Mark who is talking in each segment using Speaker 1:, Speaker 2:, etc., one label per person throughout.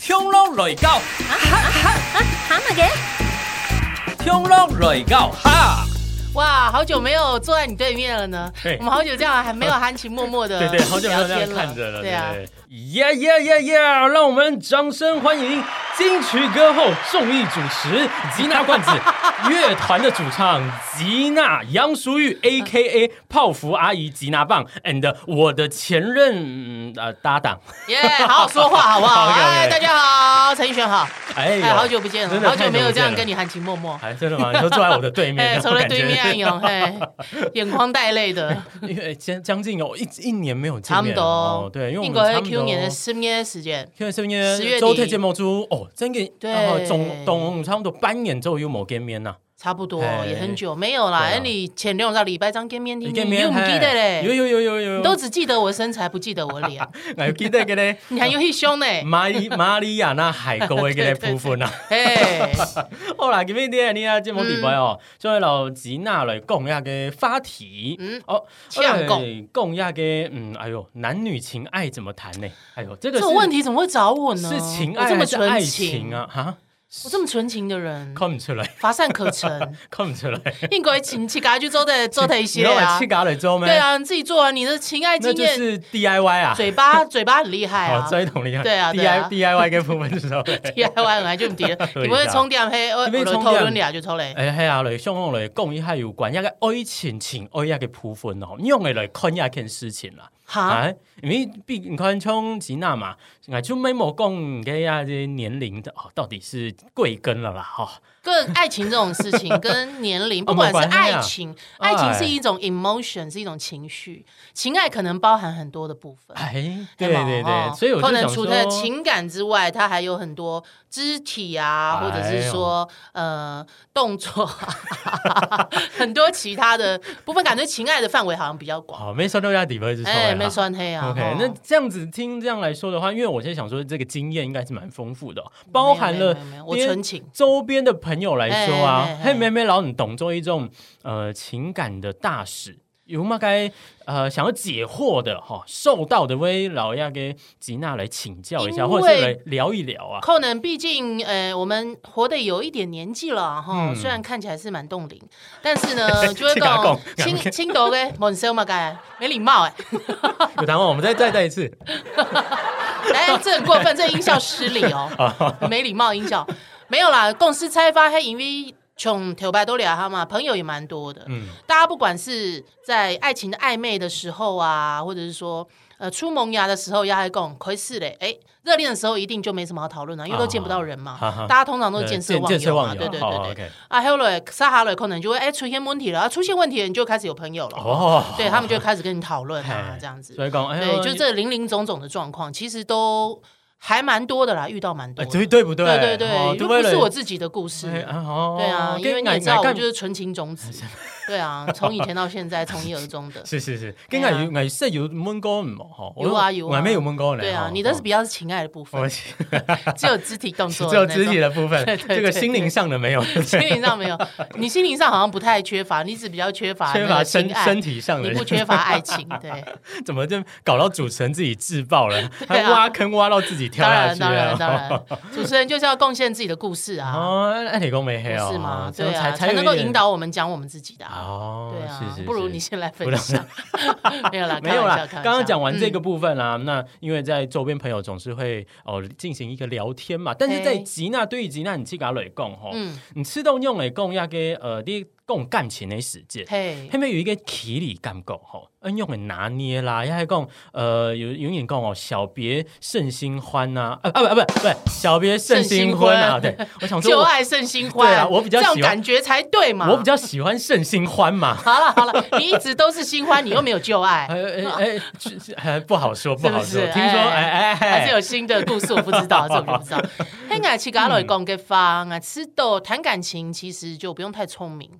Speaker 1: 冲浪來教，
Speaker 2: 蛤蟆给？
Speaker 1: 冲浪來教哈。
Speaker 3: 哇，好久没有坐在你对面了呢。
Speaker 4: 对
Speaker 3: 我们好久这样还没有含情脉脉的
Speaker 4: 对对，好久没有这
Speaker 3: 聊
Speaker 4: 样
Speaker 3: 天
Speaker 4: 看着了，
Speaker 3: 对啊，
Speaker 4: 对耶耶耶耶！让我们掌声欢迎金曲歌后、综艺主持吉娜罐子、乐团的主唱吉娜杨淑玉 （A K A 泡芙阿姨吉娜棒 ）and 我的前任嗯呃搭档，
Speaker 3: 耶，好 好说话好不好？
Speaker 4: OK，OK
Speaker 3: 哎，大家好，陈奕迅好，
Speaker 4: 哎呦
Speaker 3: 哎，好久不见
Speaker 4: 真
Speaker 3: 了，
Speaker 4: 的
Speaker 3: 好久没有这
Speaker 4: 太久不
Speaker 3: 样
Speaker 4: 见了
Speaker 3: 跟你含情脉脉。
Speaker 4: 哎，真的吗？你说坐在我的对面，
Speaker 3: 哎，
Speaker 4: 那种
Speaker 3: 从了
Speaker 4: 感觉
Speaker 3: 对 面有，哎，眼眶带泪的，
Speaker 4: 因为将将近有一一年没有
Speaker 3: 差
Speaker 4: 见
Speaker 3: 不
Speaker 4: 面了
Speaker 3: 多
Speaker 4: 哦，，对，因为我
Speaker 3: 英
Speaker 4: 们
Speaker 3: 国
Speaker 4: 差不
Speaker 3: Q
Speaker 4: 多
Speaker 3: 年的十年的时间，
Speaker 4: 因为身边
Speaker 3: 10月底
Speaker 4: 周天节目组哦，真嘅，
Speaker 3: 對
Speaker 4: 然后总总差不多半年之后有冇见面呐？
Speaker 3: 差不多
Speaker 4: 哎
Speaker 3: 也很久没有啦。
Speaker 4: 对啊
Speaker 3: 哎，你前两个礼拜刚见面，你
Speaker 4: 你
Speaker 3: 你
Speaker 4: 见
Speaker 3: 又
Speaker 4: 面
Speaker 3: 不记得
Speaker 4: 嘿有
Speaker 3: 嘞？
Speaker 4: 有有有有，
Speaker 3: 你都只记得我身材，不记得我 脸，
Speaker 4: 我有记得嘅
Speaker 3: ，
Speaker 4: 咧
Speaker 3: 你还有一胸呢？
Speaker 4: 马里马里亚纳海沟嘅咧部分啊。
Speaker 3: 哎，
Speaker 4: 好啦，今日啲呢啊節目題目哦，將我留指娜嚟講一下嘅話題。
Speaker 3: 嗯
Speaker 4: 嗯，哦，
Speaker 3: 請講
Speaker 4: 講一下嘅，嗯，哎呦，男女情愛怎麼談呢？哎呦，這個
Speaker 3: 这
Speaker 4: 是
Speaker 3: 种问题怎么会找我呢？
Speaker 4: 是情
Speaker 3: 我
Speaker 4: 愛
Speaker 3: 这么
Speaker 4: 還是
Speaker 3: 纯
Speaker 4: 愛
Speaker 3: 情
Speaker 4: 情，啊？哈，
Speaker 3: 我这么纯情的人，
Speaker 4: 看唔出嚟，
Speaker 3: 乏善可陈。
Speaker 4: 看唔出嚟。
Speaker 3: 应该请乞丐去做的做的一
Speaker 4: 你
Speaker 3: 些
Speaker 4: 攞
Speaker 3: 啊
Speaker 4: 嚟切，架嚟做咩？
Speaker 3: 对，啊，你自己做完你的情爱
Speaker 4: 那
Speaker 3: 经
Speaker 4: 就
Speaker 3: 验，
Speaker 4: 是 DIY 啊。
Speaker 3: 嘴巴嘴巴很厉害
Speaker 4: 哦
Speaker 3: 啊，。
Speaker 4: 这一桶厉害，
Speaker 3: 对啊对
Speaker 4: d
Speaker 3: 啊
Speaker 4: i D I Y 嘅部分就是说，
Speaker 3: DIY 本来就 唔敌，你不会充电嘿，我我
Speaker 4: 你不
Speaker 3: 就
Speaker 4: 會充
Speaker 3: 偷
Speaker 4: 電
Speaker 3: 轮俩就偷嘞。
Speaker 4: 诶系啊，嚟相我嚟讲一下有关一个爱情情爱一嘅部分哦，用嚟嚟看一件事情啦，
Speaker 3: 哈，
Speaker 4: 啊，因为毕竟看冲吉娜嘛，啊，就没冇讲嘅啊啲年龄的哦，到底是贵庚了啦，哦，
Speaker 3: 跟爱情这种事情，跟年 龄，
Speaker 4: 哦
Speaker 3: 不管是
Speaker 4: 没关系
Speaker 3: 爱
Speaker 4: 啊
Speaker 3: 情，
Speaker 4: 哎
Speaker 3: 爱情是一种 emotion，是一种情绪，情爱可能包含很多的部分。
Speaker 4: 哎，对
Speaker 3: 对嘛
Speaker 4: 对
Speaker 3: 哦
Speaker 4: 对，所以我
Speaker 3: 可
Speaker 4: 就
Speaker 3: 能
Speaker 4: 想
Speaker 3: 除了
Speaker 4: 说，
Speaker 3: 情感之外，它还有很多肢体啊，
Speaker 4: 哎
Speaker 3: 或
Speaker 4: 呦
Speaker 3: 者是说
Speaker 4: 哎
Speaker 3: 呃动作啊， 很多其他的部分，感觉情爱的范围好像比较广。
Speaker 4: 哦，没说到要底位是错
Speaker 3: 哎，
Speaker 4: 的
Speaker 3: 没
Speaker 4: 啦。
Speaker 3: 算黑啊。
Speaker 4: OK，
Speaker 3: 哦
Speaker 4: 那这样子听这样来说的话，因为我现在想说，这个经验应该是蛮丰富的哦，包含
Speaker 3: 没有
Speaker 4: 了
Speaker 3: 没有没有没有我纯情。
Speaker 4: 周边的朋友来说
Speaker 3: 哎哎
Speaker 4: 啊
Speaker 3: 哎，
Speaker 4: 嘿，妹妹老，你懂做一种呃情感的大使，有嘛该呃想要解惑的哈、受到的威老要给吉娜来请教一下，
Speaker 3: 因
Speaker 4: 或
Speaker 3: 为
Speaker 4: 者是来聊一聊啊。
Speaker 3: 可能毕竟，呃，我们活得有一点年纪了哈，
Speaker 4: 嗯
Speaker 3: 虽然看起来是蛮冻龄，但 是呢，就会
Speaker 4: 这个还
Speaker 3: 讲
Speaker 4: 讲
Speaker 3: 青青头 的蒙羞哎嘛，该没礼貌哎，
Speaker 4: 有谈话，我们再再再一 次。
Speaker 3: 哎，这很过分，这音效失礼 哦， 没礼貌音效。没有啦，公司开发黑因为穷头白都聊哈嘛，朋友也蛮多的。
Speaker 4: 嗯，
Speaker 3: 大家不管是在爱情的暧昧的时候啊，或者是说呃出萌芽的时候，呀还讲亏是嘞，哎，热恋的时候一定就没什么好讨论了、因为都见不到人嘛，
Speaker 4: 啊哈
Speaker 3: 大家通常都是
Speaker 4: 呃
Speaker 3: 见色
Speaker 4: 见
Speaker 3: 忘
Speaker 4: 见色
Speaker 3: 友嘛，
Speaker 4: 忘友
Speaker 3: 对对对对。
Speaker 4: 好好，OK
Speaker 3: 啊，还有嘞，撒哈嘞，可能就会哎出现问题了，啊出现问题了你就开始有朋友了，
Speaker 4: 哦，
Speaker 3: 对他们就会开始跟你讨论啊
Speaker 4: 嘿，
Speaker 3: 这样子。
Speaker 4: 所以讲，哎呦，
Speaker 3: 对，就这零零总总的状况，其实都还蛮多的啦，遇到蛮多
Speaker 4: 哎，
Speaker 3: 的。
Speaker 4: 对对不对？
Speaker 3: 对对
Speaker 4: 哦
Speaker 3: 对，又
Speaker 4: 对
Speaker 3: 不
Speaker 4: 了
Speaker 3: 是我自己的故事。
Speaker 4: 哎啊哦
Speaker 3: 对啊，因为
Speaker 4: 跟
Speaker 3: 你也知道，
Speaker 4: 跟
Speaker 3: 我就是纯情种子。 对啊，从以前到现在，从一而终的。
Speaker 4: 是是是，
Speaker 3: 对
Speaker 4: 跟
Speaker 3: 啊
Speaker 4: 俺有俺是有问过唔哈？
Speaker 3: 有啊有啊
Speaker 4: 俺没有问过呢。
Speaker 3: 对啊
Speaker 4: 哦，
Speaker 3: 你的是比较是情爱的部
Speaker 4: 我
Speaker 3: 分， 只有肢体动作，
Speaker 4: 只有肢体。的部分
Speaker 3: 对对，对
Speaker 4: 这个心灵上的没有，
Speaker 3: 心灵上 没有，你心灵上好像不太缺乏，你只比较缺乏
Speaker 4: 缺
Speaker 3: 那
Speaker 4: 乏
Speaker 3: 个情
Speaker 4: 身
Speaker 3: 爱
Speaker 4: 身体上的
Speaker 3: 你，不缺乏爱情，对，
Speaker 4: 怎么就搞到主持人自己自爆了，
Speaker 3: 对
Speaker 4: 还
Speaker 3: 啊
Speaker 4: 挖坑挖到自己跳
Speaker 3: 当
Speaker 4: 下
Speaker 3: 然
Speaker 4: 去
Speaker 3: 当然
Speaker 4: 了。
Speaker 3: 当 然，主持人就是要贡献自己的故事啊，
Speaker 4: 哦，那你讲没黑哦，
Speaker 3: 不是吗？
Speaker 4: 这样
Speaker 3: 对啊，
Speaker 4: 才
Speaker 3: 才
Speaker 4: 有
Speaker 3: 能够
Speaker 4: 一点
Speaker 3: 引导我们讲我们自己的啊。
Speaker 4: 哦，
Speaker 3: 对啊，
Speaker 4: 是是
Speaker 3: 不如
Speaker 4: 是
Speaker 3: 你先来分享。没有啦，
Speaker 4: 没有
Speaker 3: 开玩
Speaker 4: 啦
Speaker 3: 笑，开玩笑嗯
Speaker 4: 刚刚讲完这个部分啦、那因为在周边朋友总是会哦进行一个聊天嘛，但是在
Speaker 3: 嘿
Speaker 4: 吉娜对于吉娜，你去给他累供吼，
Speaker 3: 嗯，
Speaker 4: 你吃到用来供要给呃你供感情的时间
Speaker 3: 嗯，。嘿，
Speaker 4: 下面有一个起理干够吼，嗯，用的拿捏啦，也还讲呃有有点讲哦，小别胜新欢呐、啊，啊不啊不不，小别胜新婚啊，
Speaker 3: 胜新
Speaker 4: 对，我想 说
Speaker 3: 旧
Speaker 4: 我
Speaker 3: 爱胜新欢，
Speaker 4: 对啊我比较
Speaker 3: 这种
Speaker 4: 喜欢
Speaker 3: 感觉才对嘛。
Speaker 4: 我比较喜欢胜新欢 嘛，
Speaker 3: 好了好了，你一直都是新欢，你又没有旧爱，
Speaker 4: 哎哎哎是是哎，不好说不好
Speaker 3: 是
Speaker 4: 说，
Speaker 3: 不是
Speaker 4: 听说
Speaker 3: 哎
Speaker 4: 哎哎
Speaker 3: 还
Speaker 4: 哎，
Speaker 3: 是有新的故事，我不 知道，这我就不知道。嘿，爱去嘎落讲给方啊，吃豆谈感情其实就不用太聪明，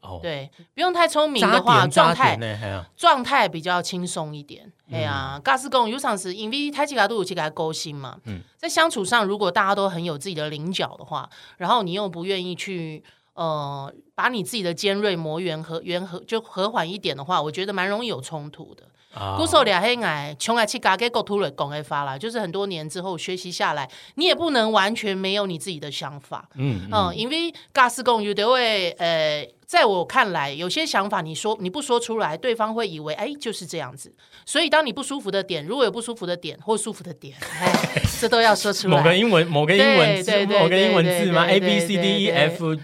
Speaker 4: 哦
Speaker 3: 对，不用太聪明
Speaker 4: 渣
Speaker 3: 的话，
Speaker 4: 点
Speaker 3: 状
Speaker 4: 渣
Speaker 3: 态
Speaker 4: 点呢，哎呀，
Speaker 3: 状态比较轻松一点。
Speaker 4: 嗯
Speaker 3: 哎呀，尬斯公有场是因为台吉嘎都有去给他勾心嘛。
Speaker 4: 嗯
Speaker 3: 在相处上，如果大家都很有自己的棱角的话，然后你又不愿意去呃把你自己的尖锐磨圆和圆和就和缓一点的话，我觉得蛮容易有冲突的。
Speaker 4: 啊
Speaker 3: 孤手俩哎黑矮，穷矮气嘎给狗突了拱黑发啦，就是很多年之后学习下来，你也不能完全没有你自己的想法。
Speaker 4: 嗯嗯
Speaker 3: 嗯，因为尬斯共有的会，呃，在我看来，有些想法你说你不说出来，对方会以为哎就是这样子。所以当你不舒服的点，如果有不舒服的点或舒服的点，哎，这都要说出
Speaker 4: 某个
Speaker 3: 来。
Speaker 4: 英文某个英文字
Speaker 3: 对对对
Speaker 4: 某个英文字吗
Speaker 3: 对
Speaker 4: ？A
Speaker 3: 对
Speaker 4: B C
Speaker 3: 对
Speaker 4: D E
Speaker 3: 对
Speaker 4: F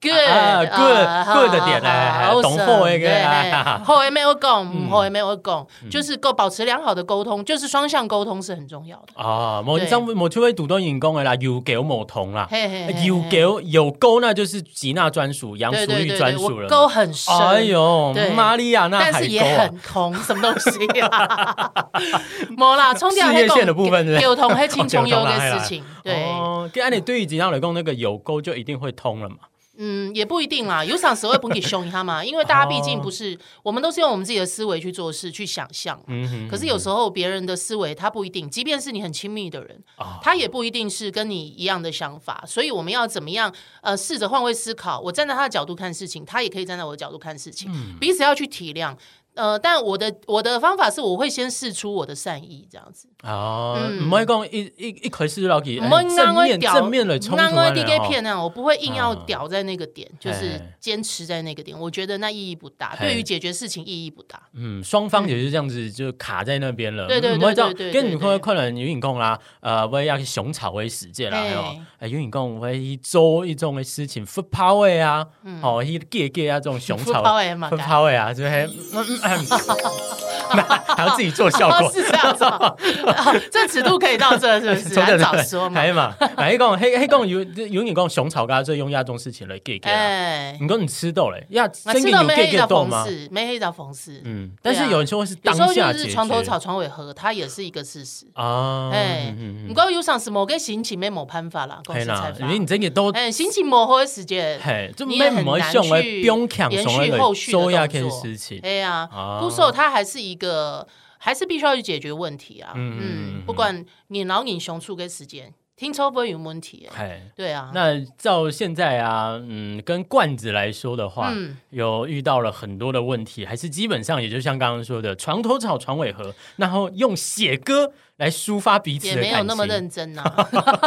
Speaker 3: Good，
Speaker 4: 啊，good，good 的点哎哎懂后
Speaker 3: 一
Speaker 4: 一个哎哈哈
Speaker 3: 后面我讲，后面我讲，就是够保持良好的沟通，就是双向沟通是很重要的。
Speaker 4: 啊，某
Speaker 3: 对
Speaker 4: 张某出位独断员工的啦，有狗某同啦呃
Speaker 3: 嘿嘿嘿，嘿
Speaker 4: 有狗有狗那就是吉娜专属，杨淑
Speaker 3: 对对
Speaker 4: 玉
Speaker 3: 对
Speaker 4: 专
Speaker 3: 对，
Speaker 4: 属了嘛。
Speaker 3: 我沟很深，
Speaker 4: 哎呦
Speaker 3: 对，
Speaker 4: 玛利亚那
Speaker 3: 但
Speaker 4: 海
Speaker 3: 是也
Speaker 4: 沟啊
Speaker 3: 很红，什么东西 啊？没啦，冲掉那
Speaker 4: 事业线的部分是不是
Speaker 3: 有同黑青葱油
Speaker 4: 哦
Speaker 3: 的
Speaker 4: 有同啦
Speaker 3: 事情，对，
Speaker 4: 哦，跟按你对于吉娜来讲，那个有沟就一定会通了嘛。
Speaker 3: 嗯，也不一定啦。有场时候会不给凶一下嘛，因为大家毕竟不是，我们都是用我们自己的思维去做事，去想象。
Speaker 4: 嗯哼，
Speaker 3: 可是有时候别人的思维他不一定，即便是你很亲密的人，
Speaker 4: 啊
Speaker 3: 他也不一定是跟你一样的想法，所以我们要怎么样？呃，试着换位思考，我站在他的角度看事情，他也可以站在我的角度看事情，
Speaker 4: 嗯
Speaker 3: 彼此要去体谅。呃，但我的我的方法是，我会先试出我的善意，这样子。
Speaker 4: 哦，
Speaker 3: 嗯
Speaker 4: 唔可以讲一一一开始就落去，哎
Speaker 3: 我
Speaker 4: 正面正面的冲突
Speaker 3: 我
Speaker 4: 啊
Speaker 3: 会 DK 片那样，我不会硬要
Speaker 4: 嗯
Speaker 3: 屌在那个点，就
Speaker 4: 嘿
Speaker 3: 是
Speaker 4: 嘿
Speaker 3: 坚持在那个点。我觉得那意义不大，
Speaker 4: 哎嘿
Speaker 3: 对于解决事情意义不大。
Speaker 4: 嗯，双方也是这样子，就卡在那边了。
Speaker 3: 对对对
Speaker 4: 唔可以这样
Speaker 3: 对对对
Speaker 4: 跟你看看了有影讲啦，呃，我也要去熊草为世界啦，
Speaker 3: 嘿
Speaker 4: 还有哎有影讲我一做一种的事情 f o o t power 啊，哦，一 gay gay 啊这种熊
Speaker 3: 不
Speaker 4: 草
Speaker 3: 抛哎嘛
Speaker 4: f o，o t power 啊，就是嘿嗯嗯嗯还要自己做效果
Speaker 3: 哦。是这样子吗， 啊这尺度可以到这是不是？还早说嘛。
Speaker 4: 系嘛？哎，讲，嘿，嘿，讲有有人讲熊草噶，最用亚种事情来 gay gay 啊。
Speaker 3: 哎，
Speaker 4: 你讲你吃到嘞，呀，
Speaker 3: 我
Speaker 4: 真的
Speaker 3: 吃到
Speaker 4: 有
Speaker 3: 没
Speaker 4: gay
Speaker 3: 黑
Speaker 4: gay
Speaker 3: 到
Speaker 4: 到
Speaker 3: 讽
Speaker 4: 吗？
Speaker 3: 刺，没黑到讽刺。
Speaker 4: 嗯，但是有人说是
Speaker 3: 有
Speaker 4: 当
Speaker 3: 时候
Speaker 4: 下解
Speaker 3: 就是
Speaker 4: 决
Speaker 3: 床头吵床尾和，它也是一个事实。
Speaker 4: 啊，
Speaker 3: 哎，
Speaker 4: 嗯嗯
Speaker 3: 你讲有上是某个刑情没某判法啦，公
Speaker 4: 嘿
Speaker 3: 司
Speaker 4: 啦
Speaker 3: 裁，罚
Speaker 4: 因。为你真个都
Speaker 3: 哎，刑情模糊的时间，
Speaker 4: 嘿，就
Speaker 3: 你
Speaker 4: 没
Speaker 3: 也很
Speaker 4: 唔会
Speaker 3: 难
Speaker 4: 想的
Speaker 3: 去
Speaker 4: 不用强
Speaker 3: 延
Speaker 4: 上
Speaker 3: 续
Speaker 4: 来
Speaker 3: 后续的
Speaker 4: 收亚
Speaker 3: 动
Speaker 4: 件
Speaker 3: 作
Speaker 4: 事情。
Speaker 3: 哎呀
Speaker 4: 啊，
Speaker 3: 孤守它还是一个，还是必须要去解决问题啊。
Speaker 4: 嗯嗯嗯
Speaker 3: 嗯
Speaker 4: 嗯，
Speaker 3: 不管你老你熊出跟时间，听超不会有问题。哎
Speaker 4: 嘿，
Speaker 3: 对啊，
Speaker 4: 那照现在啊，嗯，跟罐子来说的话，
Speaker 3: 嗯
Speaker 4: 有遇到了很多的问题，还是基本上也就像刚刚说的，床头吵，床尾和，然后用写歌来抒发彼此
Speaker 3: 也
Speaker 4: 的感情。
Speaker 3: 没有那么认真呐、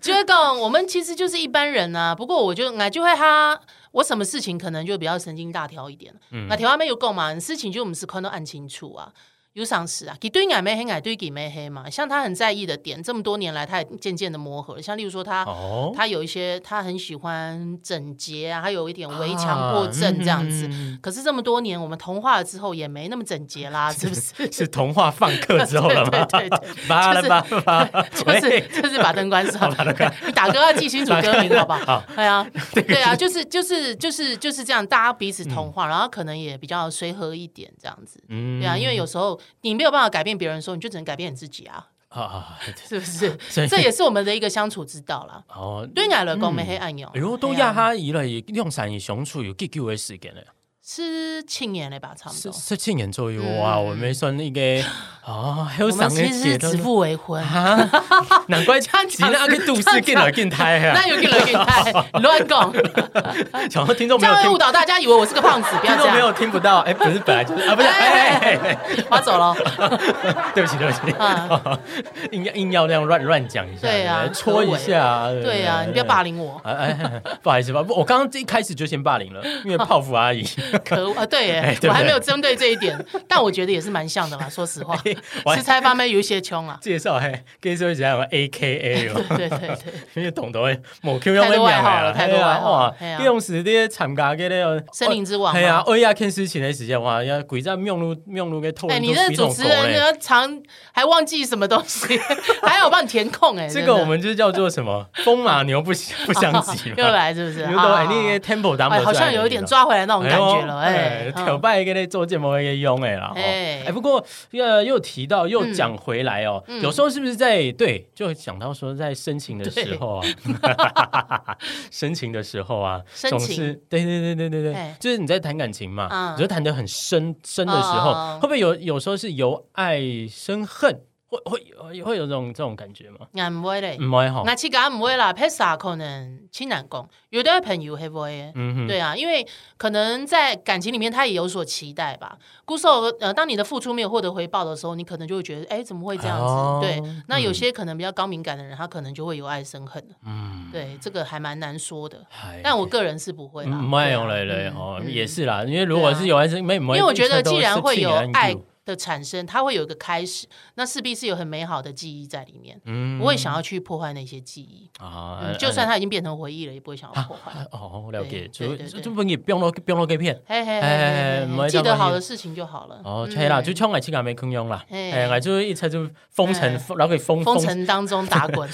Speaker 3: 就是讲我们其实就是一般人呐、不过我就俺就会哈，我什么事情可能就比较神经大条一点。
Speaker 4: 嗯
Speaker 3: 那条阿妹有讲嘛，事情就我们是看到按清楚啊。有赏识啊，给对俺没黑，俺对给没黑嘛。像他很在意的点，这么多年来，他也渐渐的磨合了。像例如说他，
Speaker 4: 哦，
Speaker 3: 他有一些他很喜欢整洁啊，他有一点围强迫症这样子。
Speaker 4: 啊嗯
Speaker 3: 可是这么多年，我们同化了之后，也没那么整 洁啦，是不是？
Speaker 4: 嗯是童话放课之后了吗？
Speaker 3: 对对对 对
Speaker 4: 巴拉
Speaker 3: 就是
Speaker 4: 巴拉巴拉，
Speaker 3: 就是
Speaker 4: 喂
Speaker 3: 就是把灯关上， 你打歌要记清楚歌名，好不好？对 啊，对啊，就是就是就是就是这样，大家彼此同化，然后可能也比较随和一点，这样子。
Speaker 4: 嗯
Speaker 3: 对啊，因为有时候你没有办法改变别人的时候，你就只能改变你自己啊，
Speaker 4: 啊啊，
Speaker 3: 是不是
Speaker 4: 所以？
Speaker 3: 这也是我们的一个相处之道啦。
Speaker 4: 哦，
Speaker 3: 对俺来讲，没黑暗用。
Speaker 4: 哎呦，都
Speaker 3: 对啊
Speaker 4: 亚哈伊了，用伞也熊出有 GQ 的时间了，
Speaker 3: 是哦青年了吧，差不
Speaker 4: 是
Speaker 3: 多。
Speaker 4: 是七年左右哇，我没算那个 啊，还有
Speaker 3: 嗯我
Speaker 4: 伞
Speaker 3: 们其
Speaker 4: 的
Speaker 3: 实是
Speaker 4: 写的
Speaker 3: 指腹为婚。
Speaker 4: 啊， 难怪
Speaker 3: 样
Speaker 4: 吉
Speaker 3: 讲
Speaker 4: 娜
Speaker 3: 是
Speaker 4: 跟杜
Speaker 3: 这
Speaker 4: 斯
Speaker 3: 样
Speaker 4: 跟来
Speaker 3: 讲
Speaker 4: 跟胎啊
Speaker 3: 那，有给人给你乱讲，
Speaker 4: 想要听众
Speaker 3: 这
Speaker 4: 没有
Speaker 3: 样会误
Speaker 4: 听，
Speaker 3: 导大家以为我是个胖子，不要
Speaker 4: 听
Speaker 3: 这
Speaker 4: 众没有
Speaker 3: 样。
Speaker 4: 听不到，哎，不是本来就是 啊，不是，哎哎哎 哎，
Speaker 3: 我要走了。
Speaker 4: 对不起对
Speaker 3: 啊
Speaker 4: 不起， 硬要硬要那样乱乱讲一下，
Speaker 3: 对啊
Speaker 4: 戳一下，
Speaker 3: 对啊，你不要霸凌我，
Speaker 4: 哎哎， 哎不好意思吧，不我刚刚一开始就先霸凌了，因为泡芙阿 姨，
Speaker 3: 可恶啊！对耶，
Speaker 4: 哎对不对
Speaker 3: 我还没有针对这一点，但我觉得也是蛮像的 嘛。说实话，
Speaker 4: 哎我
Speaker 3: 吃菜方面有一些穷啊。
Speaker 4: 介绍嘿，介绍一下有 A K A 哦。
Speaker 3: 对 对对，
Speaker 4: 因为懂得会某 Q 用
Speaker 3: 太多外号了太多外号了嘿啊
Speaker 4: 用时啲参加嗰啲
Speaker 3: 森林之王哦嘛
Speaker 4: 系啊，我呀看事情的时间哇，要鬼在用路用路嘅透
Speaker 3: 哎，
Speaker 4: 人
Speaker 3: 你
Speaker 4: 都
Speaker 3: 这
Speaker 4: 比
Speaker 3: 主
Speaker 4: 种
Speaker 3: 持
Speaker 4: 狗
Speaker 3: 人
Speaker 4: 嘞。
Speaker 3: 呢，常还忘记什么东西， 还有帮你填空 哎。
Speaker 4: 这
Speaker 3: 真
Speaker 4: 个
Speaker 3: 的
Speaker 4: 我们就叫做什 么？风马牛不不相及嘛。
Speaker 3: 又来是不是？
Speaker 4: 你
Speaker 3: 好
Speaker 4: 都
Speaker 3: 好
Speaker 4: 哎，
Speaker 3: 好
Speaker 4: 你个 tempo 打
Speaker 3: 哎，好像有一点抓回来那
Speaker 4: 那
Speaker 3: 种感觉了哎。
Speaker 4: 头摆个咧做节目个用诶啦。哦
Speaker 3: 哎
Speaker 4: 哎，不过呃又提到又讲回来哦，
Speaker 3: 嗯
Speaker 4: 有时候是不是在对就想到说在申请的时候啊， 申请的时候啊，
Speaker 3: 申
Speaker 4: 总
Speaker 3: 请
Speaker 4: 是对对对对对对
Speaker 3: 哎，
Speaker 4: 就是你在谈感情嘛，
Speaker 3: 嗯
Speaker 4: 你就谈得很深深的时候，
Speaker 3: 嗯嗯嗯
Speaker 4: 会不会有有时候是由爱生恨？会会会会有这种这种感觉吗？
Speaker 3: 俺唔会嘞，
Speaker 4: 唔会哈，
Speaker 3: 俺去讲唔啊会啦，拍啥可能亲难讲，有的朋友会不会的？
Speaker 4: 嗯哼，
Speaker 3: 对啊，因为可能在感情里面，他也有所期待吧。孤守，呃，当你的付出没有获得回报的时候，你可能就会觉得，哎，怎么会这样子？
Speaker 4: 哦
Speaker 3: 对，那有
Speaker 4: 嗯
Speaker 3: 些可能比较高敏感的人，他可能就会由爱生恨。
Speaker 4: 嗯，哎
Speaker 3: 对，这个还蛮难说的。
Speaker 4: 嗨
Speaker 3: 但我个人是不会啦，
Speaker 4: 唔
Speaker 3: 对
Speaker 4: 嗯会
Speaker 3: 啊
Speaker 4: 用来来
Speaker 3: 嗯
Speaker 4: 哦，
Speaker 3: 嗯啊
Speaker 4: 也是啦，因为如果是有爱生，没因
Speaker 3: 因为我觉得既然会有爱的产生，它会有一个开始，那势必是有很美好的记忆在里面，
Speaker 4: 嗯
Speaker 3: 不会想要去破坏那些记忆。
Speaker 4: 啊
Speaker 3: 嗯，就算它已经变成回忆了，也不会想要 破坏。
Speaker 4: 哦，了解，
Speaker 3: 对
Speaker 4: 就
Speaker 3: 对对
Speaker 4: 就就不给不用到不用到 G 片。
Speaker 3: 嘿嘿
Speaker 4: 哎
Speaker 3: 嘿嘿
Speaker 4: 唔
Speaker 3: 嘿
Speaker 4: 可
Speaker 3: 嘿，
Speaker 4: 以
Speaker 3: 记
Speaker 4: 这样
Speaker 3: 得好
Speaker 4: 讲
Speaker 3: 的事情就好了。
Speaker 4: 哦，
Speaker 3: 嗯
Speaker 4: 对啦，就冲来去干没坑用啦，
Speaker 3: 嘿
Speaker 4: 哎，我就一猜就风尘
Speaker 3: 哎，
Speaker 4: 然后给风
Speaker 3: 风尘当中打滚，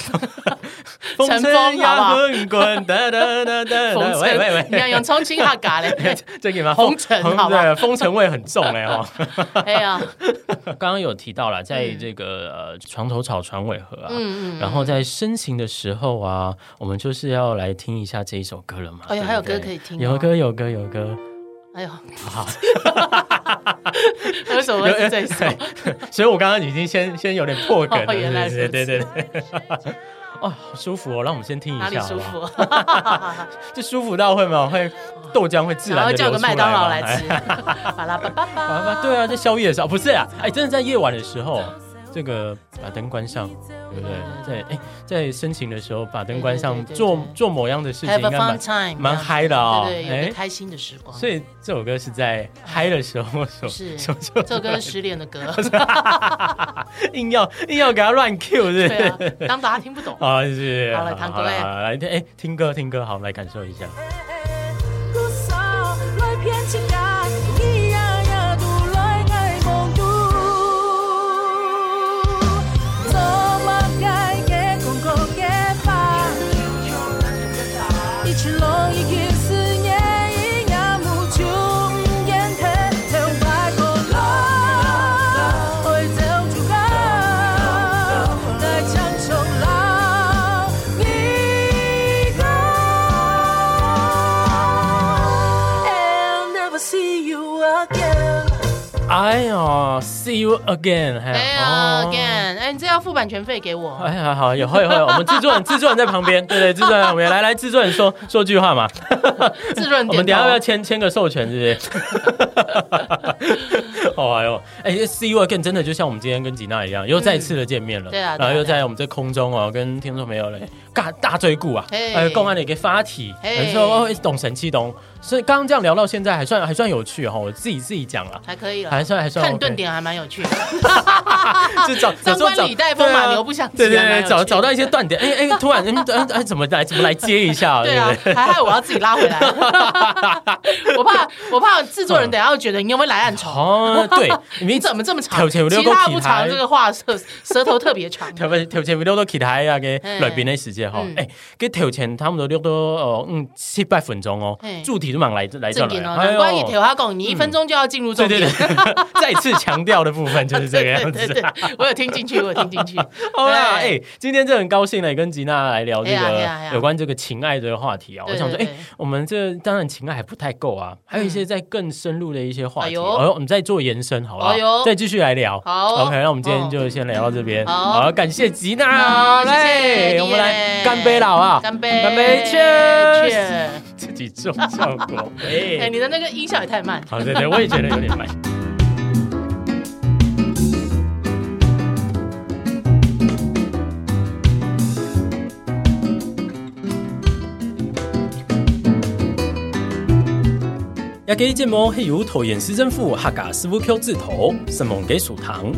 Speaker 4: 风
Speaker 3: 尘
Speaker 4: 尘
Speaker 3: 封
Speaker 4: 呀
Speaker 3: 好不
Speaker 4: 滚滚， 哒哒哒 哒，
Speaker 3: 风尘，
Speaker 4: 喂喂
Speaker 3: 你看
Speaker 4: 喂，
Speaker 3: 用重庆话嘎 嘞，
Speaker 4: 这个嘛，
Speaker 3: 红尘好不好
Speaker 4: 对，风尘味很重哎 哦。
Speaker 3: 哎呀，
Speaker 4: 刚刚有提到了，在
Speaker 3: 嗯
Speaker 4: 这个呃床头吵，床尾和啊，
Speaker 3: 嗯嗯，
Speaker 4: 然后在深情的时候啊，我们就是要来听一下这一首歌了嘛。
Speaker 3: 哎呦
Speaker 4: 对不
Speaker 3: 还有歌
Speaker 4: 对
Speaker 3: 可以听哦
Speaker 4: 有歌有歌有歌，
Speaker 3: 哎呦，
Speaker 4: 好，
Speaker 3: 为什么会是这一 首？
Speaker 4: 所以我刚刚已经先先有点破梗了，
Speaker 3: 哦原来
Speaker 4: 是不是对
Speaker 3: 如此
Speaker 4: 对对。 哦，好舒服哦，让我们先听一
Speaker 3: 哪里
Speaker 4: 下好
Speaker 3: 舒
Speaker 4: 不好？
Speaker 3: 服？
Speaker 4: 就舒服到会吗？会豆浆会自
Speaker 3: 然
Speaker 4: 然
Speaker 3: 后
Speaker 4: 的
Speaker 3: 叫个麦当劳来
Speaker 4: 哎
Speaker 3: 吃，巴拉巴巴
Speaker 4: 啊
Speaker 3: 巴，
Speaker 4: 不对啊，在宵夜的时候不是啊，哎，真的在夜晚的时候，这个把灯关上，对不对？在哎在深情的时候把灯关上
Speaker 3: 对，对对对
Speaker 4: 做
Speaker 3: 对
Speaker 4: 做某样的事情，
Speaker 3: ，Have
Speaker 4: 应
Speaker 3: a
Speaker 4: 该
Speaker 3: fun
Speaker 4: 蛮
Speaker 3: time，
Speaker 4: 蛮嗨的哦。
Speaker 3: 对对，有
Speaker 4: 哎
Speaker 3: 个，开心的时光。
Speaker 4: 所以这首歌是在嗨的时候所
Speaker 3: 是
Speaker 4: 所
Speaker 3: 这首歌是失恋的歌，
Speaker 4: 硬要硬要给他乱 Q 是不
Speaker 3: 对
Speaker 4: 是？
Speaker 3: 啊，当大家听不懂。
Speaker 4: 啊，是是
Speaker 3: 好来堂哥哎
Speaker 4: 好来听哎听歌听歌，好来感受一下。
Speaker 5: 歌手来骗情人，咿呀呀嘟来爱望嘟，做乜嘢嘅公公嘅吧，一起弄一件事也一样无穷，眼看看外国佬，爱就足够，来唱首老你歌。I'll never see you again.
Speaker 4: 哎呀，See you again，哎
Speaker 3: 哎呀，again，哎，你这要付版权费给我。
Speaker 4: 哎呀，好，有会会，我们制作人制作人在旁边，对对，制作人在旁边，来来，制作人说说句话嘛，
Speaker 3: 自润
Speaker 4: 我们
Speaker 3: 点
Speaker 4: 等一下要
Speaker 3: 头，
Speaker 4: 签签个授权，是不是？ 哦，哎呦，哎，See you again，真的就像我们今天跟吉娜一样，又再次的见面了，
Speaker 3: 对啊对啊
Speaker 4: 然后又
Speaker 3: 对
Speaker 4: 在
Speaker 3: 啊
Speaker 4: 我们这空中哦，跟听众朋友嘞大大追顾啊，
Speaker 3: 嘿
Speaker 4: 呃，公安的一个发体，
Speaker 3: 嘿
Speaker 4: 有时候哦懂神气懂，所以刚刚这样聊到现在还算还算有趣哈，哦我自己自己讲了。
Speaker 3: 还可以了。
Speaker 4: 还算还算
Speaker 3: 啊看
Speaker 4: OK，
Speaker 3: 顿点还蛮 有趣的。
Speaker 4: 就找有
Speaker 3: 张
Speaker 4: 时候
Speaker 3: 冠
Speaker 4: 找
Speaker 3: 哦李戴风
Speaker 4: 对啊
Speaker 3: 马牛不相及
Speaker 4: 对对
Speaker 3: 还
Speaker 4: 对，
Speaker 3: 蛮有
Speaker 4: 找
Speaker 3: 趣的
Speaker 4: 找到一些断点，哎 哎，突然嗯嗯哎怎么来怎么来接一下，
Speaker 3: 对
Speaker 4: 对
Speaker 3: 啊
Speaker 4: 不，哎对？
Speaker 3: 还害我要自己拉回来， 我怕我怕制作
Speaker 4: 嗯
Speaker 3: 人等一下会觉得你有没有来暗潮，
Speaker 4: 哦，对，你
Speaker 3: 你怎么这么
Speaker 4: 跳
Speaker 3: 长？
Speaker 4: 跳
Speaker 3: 其
Speaker 4: 六个
Speaker 3: 他
Speaker 4: 屁
Speaker 3: 不长，
Speaker 4: 孩
Speaker 3: 这个话舌舌头特别 长。
Speaker 4: 跳前跳前六到其他啊嘅
Speaker 3: 嘿
Speaker 4: 来宾的时间哈，
Speaker 3: 嗯
Speaker 4: 哎，佮跳前差不多六到哦嗯七八分钟哦
Speaker 3: 嘿，
Speaker 4: 主题都忙来来这
Speaker 3: 正
Speaker 4: 来
Speaker 3: 经，哦，
Speaker 4: 哎
Speaker 3: 难
Speaker 4: 呦嗯
Speaker 3: 怪一条他讲，你一分钟就要进入重
Speaker 4: 对对
Speaker 3: 点
Speaker 4: 对。， 再次强调的部分就是这个样
Speaker 3: 对
Speaker 4: 子
Speaker 3: 对。对，我有听进去，我有听进去。
Speaker 4: 好啦，哎、
Speaker 3: 对
Speaker 4: 今天真的很高兴呢，跟吉娜来聊这
Speaker 3: 哎呀哎呀
Speaker 4: 个
Speaker 3: 哎呀
Speaker 4: 有关这个情爱的话题啊。我
Speaker 3: 对
Speaker 4: 想说，哎、
Speaker 3: 对对
Speaker 4: 我们这当然情爱还不太够啊，还有一些在更深入的一些话
Speaker 3: 哎
Speaker 4: 题，
Speaker 3: 呦
Speaker 4: 哦，我们再做延伸，好不好？
Speaker 3: 哎呦
Speaker 4: 再继续来聊。
Speaker 3: 好哦
Speaker 4: OK，那我们今天就先聊到这边。
Speaker 3: 好
Speaker 4: 感谢吉娜，
Speaker 3: 谢谢
Speaker 4: 哎
Speaker 3: 你
Speaker 4: 我们来
Speaker 3: 耶
Speaker 4: 干杯了，好不好？
Speaker 3: 干杯，
Speaker 4: 干杯 c h
Speaker 3: Cheers
Speaker 4: 自己做效 果，哎、
Speaker 3: 哎，你的那个音效也太慢。
Speaker 4: 好，对对，我也觉得有点慢。也给建模黑油头眼失正负，哈嘎师傅 Q 字头，圣蒙给属堂。